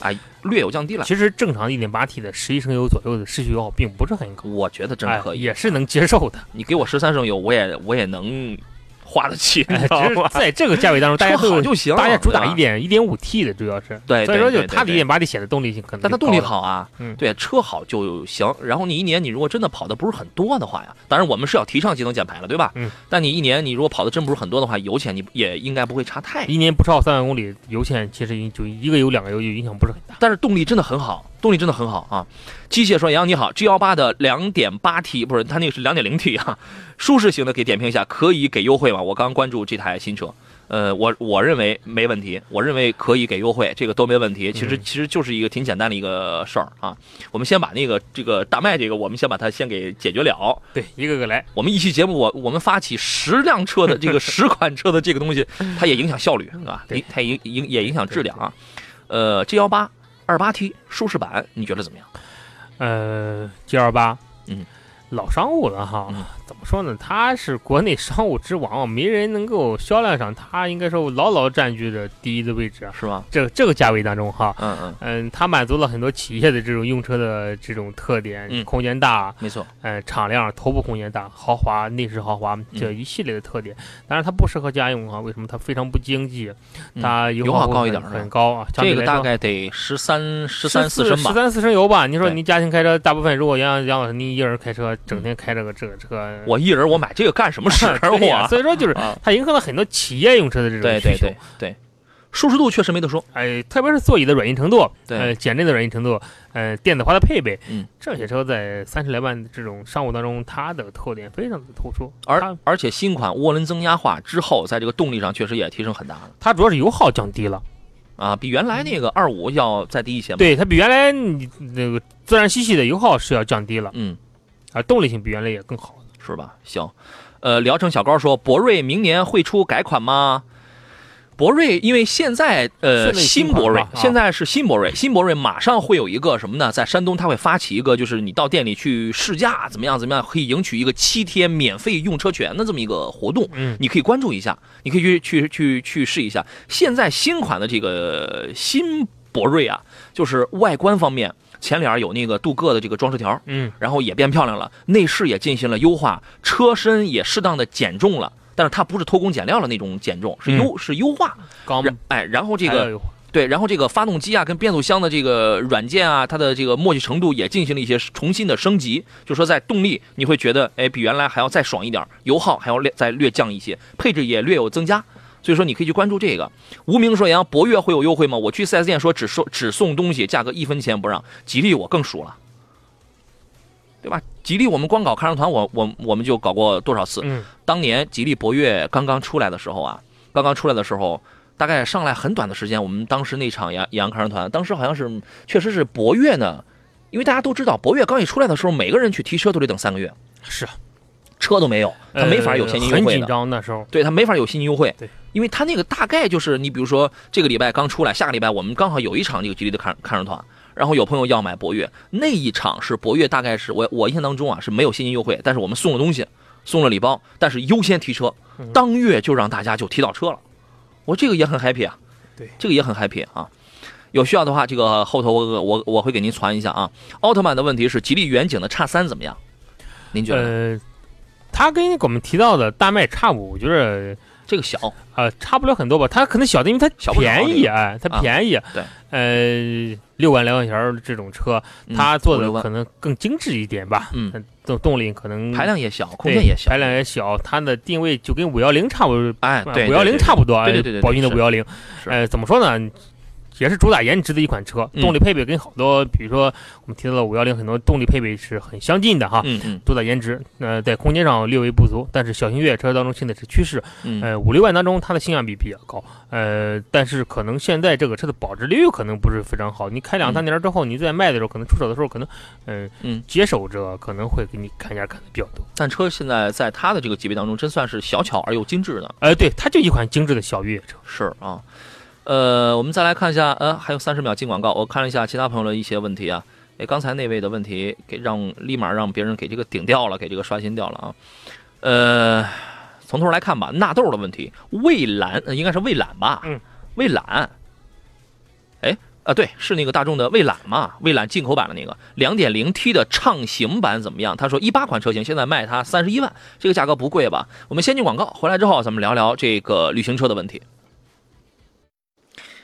S1: 哎，略有降低了。
S2: 其实正常的一点八 T 的十一升油左右的市区油耗并不是很高，
S1: 我觉得真
S2: 哎
S1: 可以，
S2: 也是能接受 的。
S1: 你给我十三升油，我也我也能花得起，你
S2: 哎，
S1: 知
S2: 只
S1: 道
S2: 是
S1: 吗？
S2: 在这个价位当中，大
S1: 车
S2: 家都
S1: 好
S2: 有
S1: 就行，
S2: 大家主打
S1: 对吧
S2: 一点一点五 T 的，主要是
S1: 对
S2: 所以说
S1: 对
S2: 就
S1: 对
S2: 是它的
S1: 对
S2: 一点八 T 显得动力性可能，
S1: 但它动力，好啊，
S2: 嗯
S1: 对，车好就行。然后你一年你如果真的跑的不是很多的话呀，当然我们是要提倡节能减排了，对吧？
S2: 嗯。
S1: 但你一年你如果跑的真不是很多的话，油钱你也应该不会差太。
S2: 一年不超三万公里，油钱其实就一个油两个油就影响不是很大。
S1: 但是动力真的很好，动力真的很好啊！机械说：“杨洋你好，G 幺八的两点八 T 不是，它那个是两点零 T 啊，舒适型的给点评一下，可以给优惠吗？我刚关注这台新车，呃，我我认为没问题，我认为可以给优惠，这个都没问题。其实
S2: 嗯
S1: 其实就是一个挺简单的一个事儿啊。我们先把那个这个大麦这个，我们先把它先给解决了。
S2: 对，一个个来，
S1: 我们一期节目我，我们发起十辆车的 这个十款车的这个东西，它也影响效率，是吧？
S2: 嗯对
S1: 影它也影影也影响质量啊。呃，G 幺八二八 T 舒适版，你觉得怎么样？
S2: 呃，G 二八，
S1: 嗯，
S2: 老商务了哈
S1: 嗯，
S2: 怎么说呢？它是国内商务之王，没人能够销量上，它应该说牢牢占据着第一的位置啊。
S1: 是吧？
S2: 这这个价位当中哈，
S1: 嗯嗯，
S2: 嗯，它满足了很多企业的这种用车的这种特点，
S1: 嗯
S2: 空间大，
S1: 没错，
S2: 呃，敞亮，头部空间大，豪华，内饰豪华，
S1: 嗯
S2: 这一系列的特点。但是它不适合家用啊，为什么？它非常不经济，
S1: 嗯
S2: 它油
S1: 油耗
S2: 会
S1: 高
S2: 很
S1: 一点儿是吧
S2: 很高啊。相
S1: 这
S2: 对
S1: 个
S2: 来
S1: 大
S2: 说
S1: 概得十三十三四升
S2: 十
S1: 吧。
S2: 三四升油吧。你说
S1: 对
S2: 您家庭开车，大部分如果杨杨老师您一个人开车，整天开这个这个车，
S1: 我一人我买这个干什么使
S2: 对
S1: 我
S2: 呀所以说就是
S1: 啊
S2: 它迎合了很多企业用车的这种
S1: 对
S2: 需
S1: 对
S2: 求
S1: 对。对，舒适度确实没得说。
S2: 哎，特别是座椅的软硬程度，
S1: 对
S2: 呃，减震的软硬程度，呃，电子化的配备，
S1: 嗯，
S2: 这些车在三十来万这种商务当中，它的特点非常的突出，
S1: 而
S2: 它
S1: 而且新款涡轮增压化之后，在这个动力上确实也提升很大了
S2: 它主要是油耗降低了，
S1: 啊，比原来那个二五要再低一些嘛。，
S2: 对，它比原来你那个自然吸气的油耗是要降低了，
S1: 嗯，
S2: 而动力性比原来也更好。
S1: 是吧？行，呃，聊城小高说，博瑞明年会出改款吗？博瑞，因为现在呃
S2: 现在新
S1: 新
S2: 款
S1: 博瑞
S2: 吧啊
S1: 现在是新博瑞，新博瑞马上会有一个什么呢？在山东，它会发起一个，就是你到店里去试驾，怎么样怎么样，可以赢取一个七天免费用车权的这么一个活动。
S2: 嗯，
S1: 你可以关注一下，你可以去去去去试一下。现在新款的这个新博瑞啊，就是外观方面，前脸有那个镀铬的这个装饰条，
S2: 嗯，
S1: 然后也变漂亮了，内饰也进行了优化，车身也适当的减重了，但是它不是偷工减料的那种减重，是优、是优化。
S2: 刚
S1: 然哎，然后这
S2: 还要
S1: 个
S2: 有
S1: 对，然后这个发动机啊跟变速箱的这个软件啊，它的这个默契程度也进行了一些重新的升级，就说在动力你会觉得哎比原来还要再爽一点，油耗还要略再略降一些，配置也略有增加。所以说你可以去关注这个。无名说：“杨博越会有优惠吗？我去 4S 店说只说只送东西，价格一分钱不让。吉利我更熟了，对吧？吉利我们光搞看上团，我我我们就搞过多少次？
S2: 嗯，
S1: 当年吉利博越刚刚出来的时候啊，刚刚出来的时候，大概上来很短的时间，我们当时那场杨杨康人团，当时好像是确实是博越呢，因为大家都知道博越刚一出来的时候，每个人去提车都得等三个月，
S2: 是
S1: 车都没有，他没法有现金优
S2: 呃很
S1: 惠
S2: 紧
S1: 的。
S2: 张那时候，
S1: 对他没法有现金优惠，
S2: 对，
S1: 因为他那个大概就是你比如说这个礼拜刚出来，下个礼拜我们刚好有一场这个吉利的看看上团，然后有朋友要买博越，那一场是博越大概是我我印象当中啊是没有现金优惠，但是我们送了东西，送了礼包，但是优先提车，
S2: 嗯
S1: 当月就让大家就提到车了，我这个也很 happy 啊，
S2: 对，
S1: 这个也很 happy 啊。有需要的话，这个后头我我我会给您传一下啊。奥特曼的问题是吉利远景的叉三怎么样？您觉得呢、
S2: 呃，它跟我们提到的大迈叉五，我觉得
S1: 这个小
S2: 呃，差不了很多吧。它可能小的，因为它
S1: 小不了
S2: 便宜，哎，它
S1: 啊
S2: 便宜。
S1: 对，
S2: 呃，六万来块钱儿这种车，它
S1: 嗯
S2: 做
S1: 五
S2: 的
S1: 六万
S2: 可能更精致一点吧。呃
S1: 嗯，
S2: 动动力可能
S1: 排量也小，空
S2: 嗯对
S1: 间也小，
S2: 排量也小，它的定位就跟五幺零差不多，
S1: 哎，对，
S2: 五幺零差不多，
S1: 对对对
S2: 哎
S1: 对对
S2: 宝骏的
S1: 是
S2: 五幺零。哎
S1: 是
S2: 呃，怎么说呢？也是主打颜值的一款车，
S1: 嗯
S2: 动力配备跟好多，比如说我们提到的五幺零，很多动力配备是很相近的哈。
S1: 嗯嗯
S2: 主打颜值，呃，在空间上略微不足，但是小型越野车当中现在是趋势，
S1: 嗯
S2: 呃，五六万当中它的性价比比较高，呃，但是可能现在这个车的保值率可能不是非常好。你开两三年之后，你再卖的时候，可能出手的时候，可能，呃，
S1: 嗯
S2: 接手者可能会给你砍价砍的比较多。
S1: 但车现在在它的这个级别当中，真算是小巧而又精致的。
S2: 呃，对，它就一款精致的小越野车。
S1: 是啊，呃，我们再来看一下，呃，还有三十秒进广告。我看了一下其他朋友的一些问题啊，哎，刚才那位的问题给让立马让别人给这个顶掉了，给这个刷新掉了啊。呃，从头来看吧，纳豆的问题，蔚蓝、呃应该是蔚蓝吧？
S2: 嗯，
S1: 蔚蓝，哎啊，对，是那个大众的蔚蓝嘛，蔚蓝进口版的那个两点零 T 的畅行版怎么样？他说一八款车型现在卖它三十一万，这个价格不贵吧？我们先进广告，回来之后咱们聊聊这个旅行车的问题。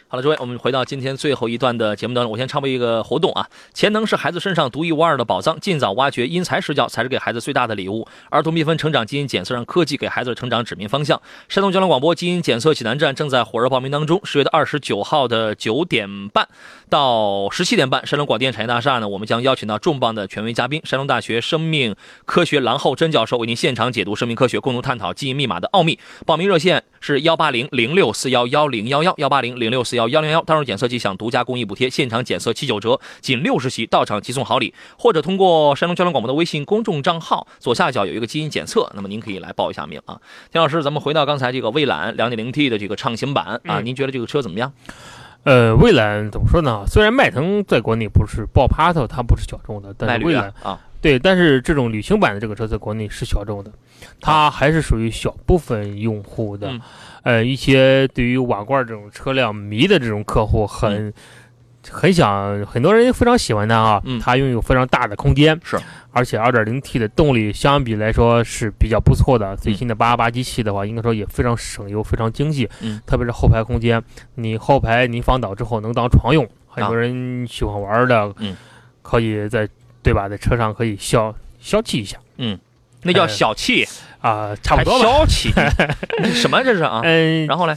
S1: 好了，诸位，我们回到今天最后一段的节目当中，我先插播一个活动啊！潜能是孩子身上独一无二的宝藏，尽早挖掘因材施教才是给孩子最大的礼物。儿童缤纷成长基因检测让科技给孩子的成长指明方向。山东交通广播基因检测济南站正在火热报名当中，十月的二十九号的九点半到十七点半，山东广电产业大厦呢，我们将邀请到重磅的权威嘉宾，山东大学生命科学郎后真教授为您现场解读生命科学，共同探讨基因密码的奥秘。报名热线是幺八零零六四幺幺零幺幺幺八零零六四幺幺零幺。当日检测即享独家公益补贴，现场检测七九折，仅六十席，到场即送好礼。或者通过山东交通广播的微信公众账号，左下角有一个基因检测，那么您可以来报一下名啊。田老师，咱们回到刚才这个蔚蓝两点零 T 的这个畅行版啊，
S2: 嗯
S1: 您觉得这个车怎么样？
S2: 呃，蔚蓝怎么说呢？虽然迈腾在国内不是爆趴头，它不是小众的，但
S1: 耐
S2: 是蔚
S1: 驴
S2: 蓝
S1: 啊啊，
S2: 对，但是这种旅行版的这个车在国内是小众的，它还是属于小部分用户的，
S1: 啊嗯
S2: 呃，一些对于瓦罐这种车辆迷的这种客户很。很想，很多人非常喜欢它啊，
S1: 嗯
S2: 它拥有非常大的空间，
S1: 是，
S2: 而且 2.0T 的动力相比来说是比较不错的。最新的888机器的话，应该说也非常省油，非常经济，
S1: 嗯
S2: 特别是后排空间，你后排你放倒之后能当床用，很
S1: 啊
S2: 多人喜欢玩的，
S1: 嗯
S2: 可以在对吧，在车上可以消消气一下
S1: 那叫小气，
S2: 啊、哎差
S1: 还
S2: 不多吧。
S1: 消气， 你什么这是啊？
S2: 嗯，
S1: 然后嘞，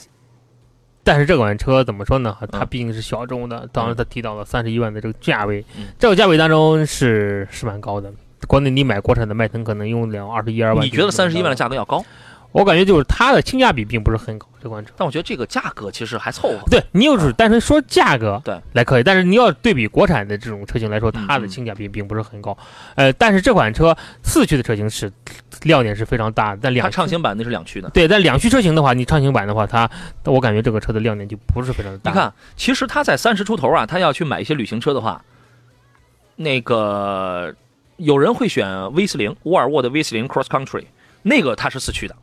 S2: 但是这款车怎么说呢？它
S1: 嗯
S2: 毕竟是小众的，当然它提到了三十一万的这个价位，
S1: 嗯
S2: 这个价位当中是是蛮高的。国内你买国产的迈腾可能用两二十一二万，
S1: 你觉得三十一万的？价格要高？
S2: 我感觉就是它的性价比并不是很高，这款车。
S1: 但我觉得这个价格其实还凑合。
S2: 对你就是单纯说价格，
S1: 对，
S2: 来可以，但是你要对比国产的这种车型来说，
S1: 嗯
S2: 它的性价比并不是很高。呃，但是这款车四驱的车型是亮点是非常大的，但
S1: 它
S2: 两
S1: 畅行版那是两驱的。
S2: 对，但两驱车型的话，你畅行版的话，它我感觉这个车的亮点就不是非常的大。
S1: 你，看，其实他在三十出头啊，他要去买一些旅行车的话，那个有人会选 V 四零，沃尔沃的 V 四零 Cross Country，那个它是四驱的，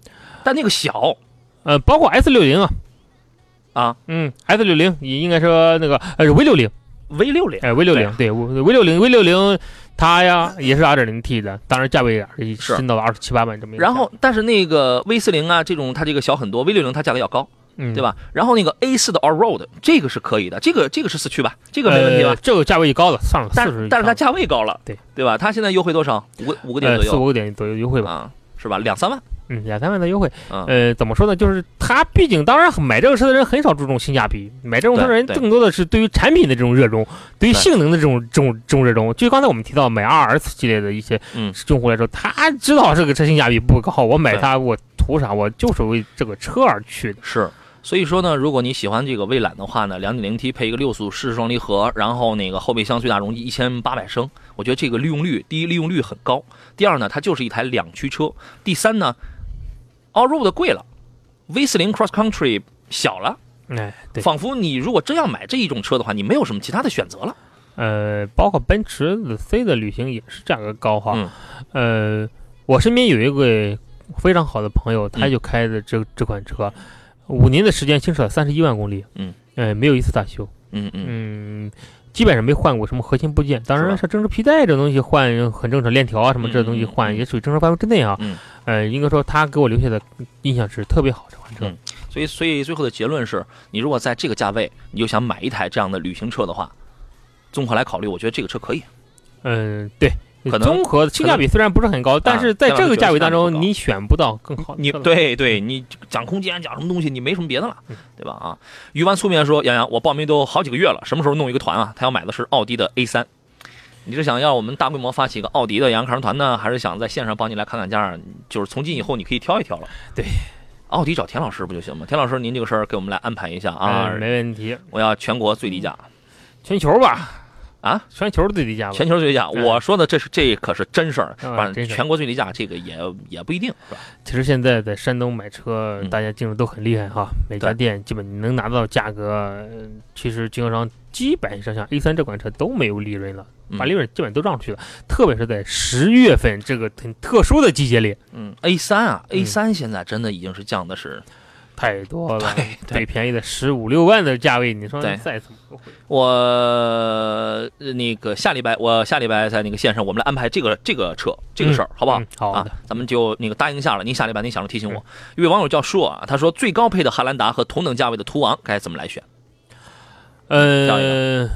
S1: 但那个小，
S2: 呃，包括 S 六零啊，
S1: 啊，
S2: 嗯，S 六零也应该说那个呃 V 六零，
S1: V 六零
S2: 哎 V 六零，对 V 六零 V 六零它呀也是二点零 T 的，当然价位啊也
S1: 是
S2: 升到了二十七八万这么一个价。
S1: 然后，但是那个 V 四零啊，这种它这个小很多，V 六零它价格要高，
S2: 嗯，
S1: 对吧？然后那个 A 四的 All Road 这个是可以的，这个这个是四驱吧，这
S2: 呃？
S1: 个没问题吧？
S2: 这个价位高了，上了四
S1: 但
S2: 十，
S1: 但是它价位高了，
S2: 对
S1: 对吧？它现在优惠多少？五个五个点
S2: 呃
S1: 左
S2: 四
S1: 右
S2: 五个点左右优惠吧，
S1: 啊，是吧？两三万，
S2: 嗯，两三万的优惠。
S1: 嗯，
S2: 呃，怎么说呢？就是它毕竟，当然买这个车的人很少注重性价比，买这种车的人
S1: 对对
S2: 更多的是对于产品的这种热衷，对于
S1: 对
S2: 性能的这种这种这种热衷。就刚才我们提到买 RS 系列的一些
S1: 嗯
S2: 用户来说，他知道这个车性价比不高，我买
S1: 对
S2: 它我图啥？我就是为这个车而去的。
S1: 是，所以说呢，如果你喜欢这个蔚揽的话呢，2 0 0 T 配一个六速湿式双离合，然后那个后备箱最大容积一千八百升，我觉得这个利用率，第一利用率很高，第二呢，它就是一台两驱车，第三呢，Allroad 贵了，V 4 0 Cross Country 小了，
S2: 哎，对，
S1: 仿佛你如果真要买这一种车的话，你没有什么其他的选择了。
S2: 呃，包括奔驰的 C 的旅行也是价格高哈。
S1: 嗯
S2: 呃，我身边有一个非常好的朋友，
S1: 嗯
S2: 他就开的这、这款车，五年的时间行驶了三十一万公里。
S1: 嗯，
S2: 呃，没有一次大修。
S1: 嗯嗯
S2: 嗯，基本上没换过什么核心部件。当
S1: 是吧
S2: 然，像正时皮带这东西换很正常，链条啊什么
S1: 嗯
S2: 这东西
S1: 嗯
S2: 换
S1: 嗯
S2: 也属于正常范围之内啊。
S1: 嗯
S2: 呃，应该说他给我留下的印象是特别好这款车。
S1: 嗯所以所以最后的结论是，你如果在这个价位，你就想买一台这样的旅行车的话，综合来考虑，我觉得这个车可以。
S2: 嗯，对，
S1: 可能
S2: 综合性价比虽然不是很高，但是在这个价位
S1: 但
S2: 当
S1: 是我觉得性价比不高
S2: 中，你选不到更好的
S1: 你
S2: 车了。
S1: 对对，
S2: 嗯
S1: 你讲空间讲什么东西，你没什么别的了，对吧？啊，鱼丸粗面说，洋洋，我报名都好几个月了，什么时候弄一个团啊？他要买的是奥迪的 A 3你是想要我们大规模发起一个奥迪的洋看团呢，还是想在线上帮你来砍砍价？就是从今以后你可以挑一挑了。
S2: 对，
S1: 奥迪找田老师不就行吗？田老师，您这个事儿给我们来安排一下啊！
S2: 嗯，没嗯问题。
S1: 我要全国最低价，
S2: 全球吧，
S1: 啊，
S2: 全球最低价吧，
S1: 全球最低价。
S2: 嗯
S1: 我说的这是这可是真事儿，
S2: 嗯
S1: 反正
S2: 真事儿
S1: 全国最低价这个也也不一定是吧？
S2: 其实现在在山东买车
S1: 嗯，
S2: 大家竞争都很厉害哈，每家
S1: 对
S2: 店基本你能拿到的价格，呃其实经销商基本上像 A 3这款车都没有利润了，
S1: 嗯
S2: 把利润基本都让出去了，特别是在十月份这个很特殊的季节里，
S1: 嗯，A 3啊，A
S2: 嗯
S1: 3现在真的已经是降的是。
S2: 太多了，
S1: 对对
S2: 最便宜的十五六万的价位，你说
S1: 对
S2: 再怎么都会
S1: 我呃那个下礼拜，我下礼拜在那个线上，我们来安排这个这个车这个事儿，好不好？
S2: 嗯好
S1: 啊
S2: 的，，嗯
S1: 咱们就那个答应一下了。您下礼拜您想着提醒我，一位网友叫硕啊，他说最高配的汉兰达和同等价位的途昂该怎么来选？下
S2: 呃，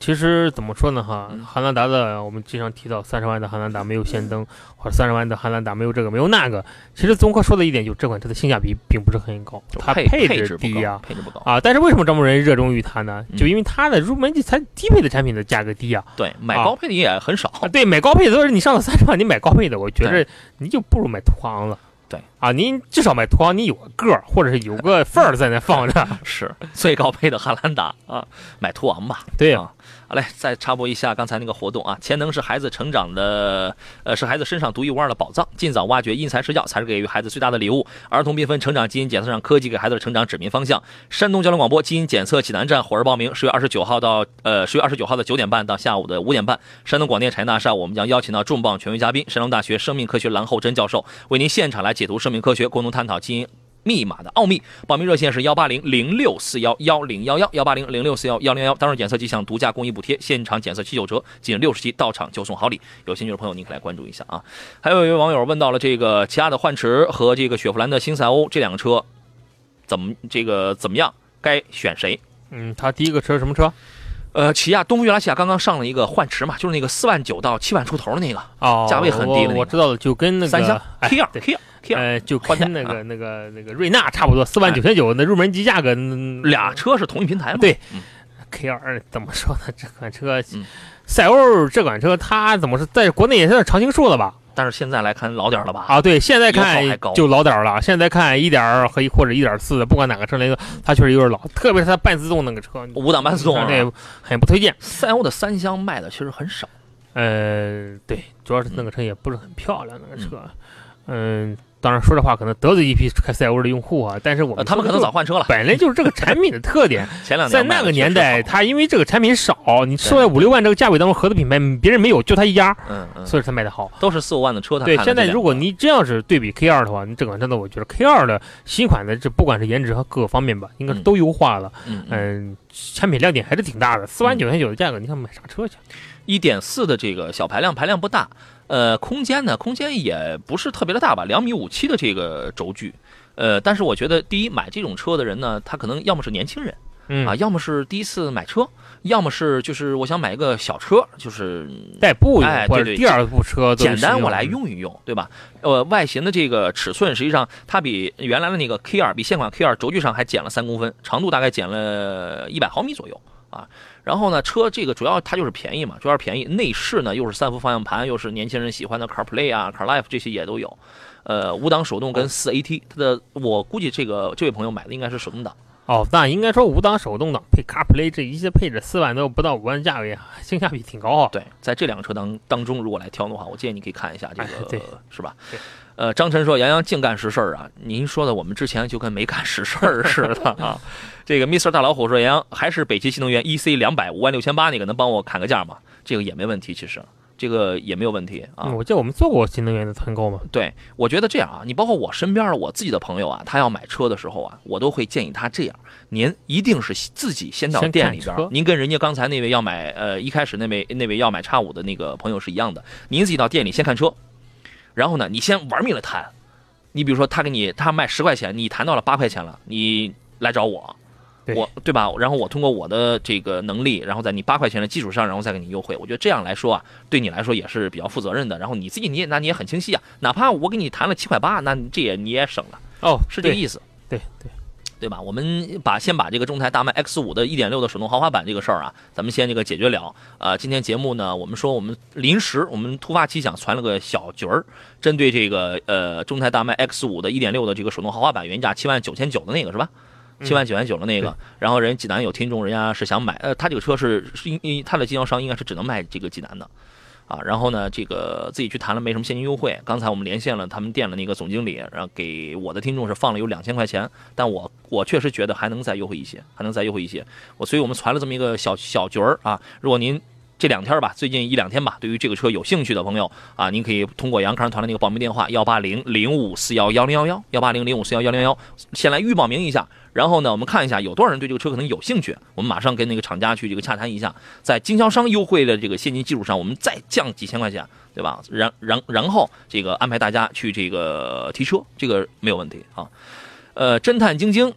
S2: 其实怎么说呢哈
S1: 嗯，
S2: 汉兰达的我们经常提到三十万的汉兰达没有氙灯，或者三十万的汉兰达没有这个没有那个。其实综合说的一点，就这款车的性价比并不是很高，它
S1: 配
S2: 置
S1: 置不
S2: 低
S1: 高，
S2: 啊。
S1: 配置不高。
S2: 啊，但是为什么这么多人热衷于它呢？
S1: 嗯
S2: 就因为它的入门级才低配的产品的价格低啊。
S1: 对，买
S2: 啊
S1: 高配的也很少。
S2: 啊，对，买高配的都是你上了三十万，你买高配的，我觉
S1: 对
S2: 着你就不如买途昂了。
S1: 对
S2: 啊，您至少买途昂，你有个个儿，或者是有个份儿在那放 着。
S1: 是最高配的汉兰达啊，买途昂吧。
S2: 对
S1: 啊好嘞，再插播一下刚才那个活动啊，潜能是孩子成长的，呃，是孩子身上独一无二的宝藏，尽早挖掘因材施教才是给予孩子最大的礼物。儿童缤纷成长基因检测让科技给孩子的成长指明方向。山东交通广播基因检测济南站火热报名，十月二十九号到呃十月二十九号的九点半到下午的五点半，山东广电产业大厦我们将邀请到啊重磅权威嘉宾，山东大学生命科学郎厚真教授为您现场来解读生命科学，共同探讨基因密码的奥秘。报名热线是幺八零零六四幺幺零幺幺幺八零零六四幺幺零幺幺。当日检测即享独家公益补贴，现场检测七九折，仅六十期到场就送好礼。有兴趣的朋友，您可以来关注一下啊。还有一位网友问到了这个起亚的幻驰和这个雪佛兰的新赛欧这两个车，怎么这个怎么样？该选谁？
S2: 嗯，它第一个车是什么车？
S1: 呃，起亚东风悦来起亚刚刚上了一个幻驰嘛，就是那个四万九到七万出头的那个、
S2: 哦，
S1: 价位很低的那
S2: 我
S1: 个
S2: 我知道了，就跟那个
S1: 三厢
S2: 哎
S1: K 二
S2: 对
S1: K 二 K 二，
S2: 呃，就
S1: 换代哎
S2: 跟那个那个那个瑞纳差不多，四万九千九那入门级价格，嗯
S1: 俩车是同一平台嘛？
S2: 对 K 二哎怎么说呢？这 款车
S1: 嗯，
S2: 赛欧这款车它怎么是在国内也算是常青树了吧？
S1: 但是现在来看老点儿了吧？
S2: 啊，对，现在
S1: 油耗还
S2: 看
S1: 高
S2: 就老点儿了，现在看一点儿和或者一点四的，不管哪个车来说，它确实有点老，特别是它半自动那个车，
S1: 五档半自动啊
S2: 对，很不推荐。
S1: 赛欧的三厢卖的其实很少，
S2: 呃，对，主要是那个车也不是很漂亮，那个车，嗯，当然说这话可能得罪一批开赛欧的用户啊，但是我
S1: 呃，
S2: 们
S1: 他们可能
S2: 说的
S1: 早换车了。
S2: 本来就是这个产品的特点，
S1: 前两年
S2: 在
S1: 卖
S2: 那
S1: 的
S2: 个年
S1: 确实
S2: 代，
S1: 好
S2: 它因为这个产品少，你说在五六万这个价位当中，合资品牌别人没有，就它一家，
S1: 嗯嗯，
S2: 所以它卖的好。
S1: 都是四五万的车，他
S2: 对，
S1: 看了
S2: 现在
S1: 这
S2: 如果你这样是对比 K 二的话，你整个真的，我觉得 K 二的新款的这不管是颜值和各个方面吧，应该是
S1: 嗯
S2: 都优化了。
S1: 嗯嗯
S2: 嗯，产品亮点还是挺大的，四万九千九的价格，你看买啥车去？
S1: 一点四的这个小排量，排量不大，呃，空间呢，空间也不是特别的大吧，两米五七的这个轴距，呃，但是我觉得第一买这种车的人呢，他可能要么是年轻人
S2: 嗯
S1: 啊，，要么是第一次买车，要么是就是我想买一个小车，就是
S2: 代步用
S1: 哎
S2: 或
S1: 对对
S2: 者第二部车都
S1: 简
S2: 是
S1: 单
S2: 用
S1: 我来。用一用，对吧？呃，外形的这个尺寸，实际上它比原来的那个 K 二，比现款 K 二轴距上还减了三公分，长度大概减了一百毫米左右啊。然后呢，车这个主要它就是便宜嘛，主要是便宜。内饰呢又是三副方向盘，又是年轻人喜欢的 CarPlay 啊、CarLife 这些也都有。呃，五档手动跟四 AT，它的我估计这个这位朋友买的应该是手动挡。
S2: 哦，那应该说五档手动挡配 CarPlay 这一些配置，四万都不到五万价位，啊，性价比挺高啊。
S1: 对，在这两个车当当中，如果来挑的话，我建议你可以看一下这个，
S2: 哎对
S1: 是吧
S2: 对？
S1: 呃，张晨说：“杨洋净干实事儿啊！”您说的，我们之前就跟没干实事儿似的啊。 这个 Mr 大老虎说：“杨洋还是北汽新能源 EC 两百五万六千八那个，能帮我砍个价吗？”这个也没问题，其实这个也没有问题啊。
S2: 嗯，我记得我们做过新能源的团购嘛。
S1: 对，我觉得这样啊，你包括我身边的我自己的朋友啊，他要买车的时候啊，我都会建议他这样：您一定是自己先到
S2: 先
S1: 店
S2: 看
S1: 里边
S2: 车
S1: 儿，您跟人家刚才那位要买呃一开始那位那位要买叉五的那个朋友是一样的，您自己到店里先看车，然后呢，你先玩命的谈。你比如说，他给你他卖十块钱，你谈到了八块钱了，你来找我，
S2: 对
S1: 我对吧？然后我通过我的这个能力，然后在你八块钱的基础上，然后再给你优惠。我觉得这样来说啊，对你来说也是比较负责任的。然后你自己你也那你也很清晰啊，哪怕我给你谈了七块八，那你这也你也省了，
S2: 哦，
S1: 是这个意思。
S2: 对对
S1: 对吧？我们把先把这个众泰大迈 X 五的1.6的手动豪华版这个事儿啊，咱们先这个解决了。呃，今天节目呢，我们说我们临时我们突发奇想传了个小角儿，针对这个呃众泰大迈 X 五的1.6的这个手动豪华版，原价七万九千九的那个是吧？
S2: 嗯
S1: 七万九千九的那个，然后人济南有听众，人家是想买，呃，他这个车是是因因他的经销商应该是只能卖这个济南的，啊，然后呢，这个自己去谈了，没什么现金优惠。刚才我们连线了他们店的那个总经理，然后给我的听众是放了有两千块钱，但我我确实觉得还能再优惠一些，还能再优惠一些。我所以我们传了这么一个小小角儿啊，如果您。这两天吧，最近一两天吧，对于这个车有兴趣的朋友啊，您可以通过杨康团的那个报名电话幺八零零五四幺幺零幺幺幺八零零五四幺幺零幺，先来预报名一下，然后呢，我们看一下有多少人对这个车可能有兴趣，我们马上跟那个厂家去这个洽谈一下，在经销商优惠的这个现金基础上，我们再降几千块钱，对吧？然然然后这个安排大家去这个提车，这个没有问题啊。呃，侦探晶晶，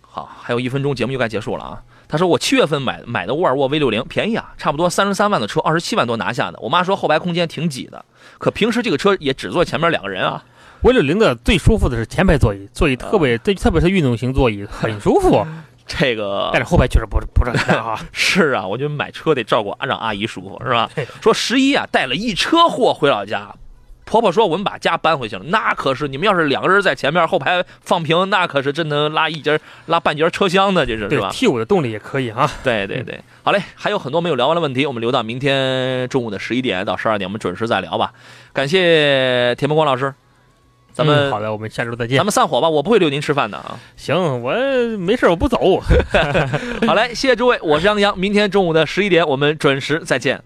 S1: 好，还有一分钟节目就该结束了啊。他说我七月份买买的沃尔沃 V 六零，便宜啊，差不多三十三万的车，二十七万多拿下的。我妈说后排空间挺挤的，可平时这个车也只坐前面两个人啊。
S2: ，V 六零的最舒服的是前排座椅，座椅特别，这特别是运动 型座椅很舒服，
S1: 啊这个
S2: 但是后排确实不是不是很大啊。
S1: 是啊，我觉得买车得照顾啊让阿姨舒服，是 吧？说十一啊，带了一车货回老家，婆婆说我们把家搬回去了，那可是你们要是两个人在前面后排放平，那可是真能拉一节拉半截车厢的，这是
S2: 对
S1: 是吧？
S2: ，T 五的动力也可以啊。
S1: 对对对，好嘞，还有很多没有聊完的问题，我们留到明天中午的十一点到十二点，我们准时再聊吧。感谢田鹏光老师，咱们、
S2: 嗯好的，我们下周再
S1: 咱
S2: 见。
S1: 们散伙吧，我不会留您吃饭的 啊。
S2: 行，我没事，我不走。
S1: 好嘞，谢谢诸位，我是杨洋，明天中午的十一点我们准时再见，